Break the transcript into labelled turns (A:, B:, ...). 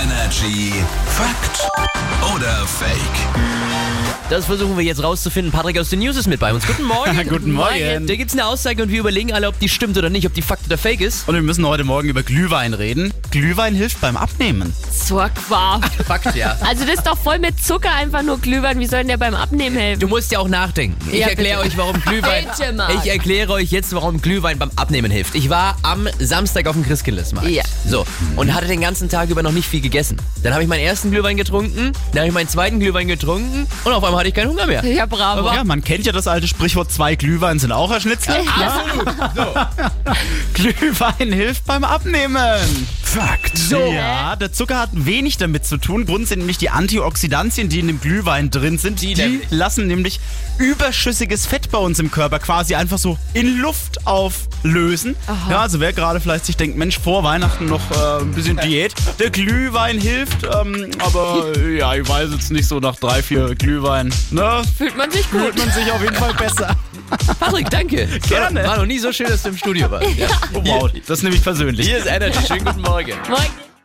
A: Energy Fakt oder Fake?
B: Das versuchen wir jetzt rauszufinden. Patrick aus den News ist mit bei uns. Guten Morgen.
C: Guten Morgen.
B: Da gibt's eine Aussage und wir überlegen alle, ob die stimmt oder nicht, ob die Fakt oder Fake ist.
C: Und wir müssen heute Morgen über Glühwein reden. Glühwein hilft beim Abnehmen.
D: Zur Quark.
B: Fakt, ja.
D: Also das ist doch voll mit Zucker einfach nur Glühwein. Wie soll denn der beim Abnehmen helfen?
B: Du musst ja auch nachdenken. Ich
D: Ja,
B: erkläre
D: bitte.
B: euch, warum Glühwein.
D: Bitte, Marc.
B: ich erkläre euch jetzt, warum Glühwein beim Abnehmen hilft. Ich war am Samstag auf dem Christkindlesmarkt.
D: Ja.
B: So und hatte den ganzen Tag über noch nicht viel gegessen. Dann habe ich meinen ersten Glühwein getrunken, dann habe ich meinen zweiten Glühwein getrunken und auf einmal hatte ich keinen Hunger mehr.
D: Ja, bravo.
C: Ja, man kennt ja das alte Sprichwort, zwei Glühwein sind auch ein Schnitzel.
B: Absolut. So.
C: Glühwein hilft beim Abnehmen.
A: Fakt.
C: Ja, der Zucker hat wenig damit zu tun. Grund sind nämlich die Antioxidantien, die in dem Glühwein drin sind. Die,
B: nämlich.
C: lassen nämlich überschüssiges Fett bei uns im Körper quasi einfach so in Luft auflösen. Ja, also wer gerade vielleicht sich denkt, Mensch, vor Weihnachten noch äh, ein bisschen Diät. Der Glühwein hilft, ähm, aber äh, ja, ich weiß jetzt nicht so nach drei, vier Glühwein. Ne?
D: Fühlt man sich gut.
C: Fühlt man sich auf jeden Fall besser.
B: Patrick, danke.
C: Gerne.
B: War noch nie so schön, dass du im Studio warst. Ja.
C: Oh, wow, das nehme ich persönlich.
B: Hier ist Energy. Schönen guten Morgen.
D: Morgen.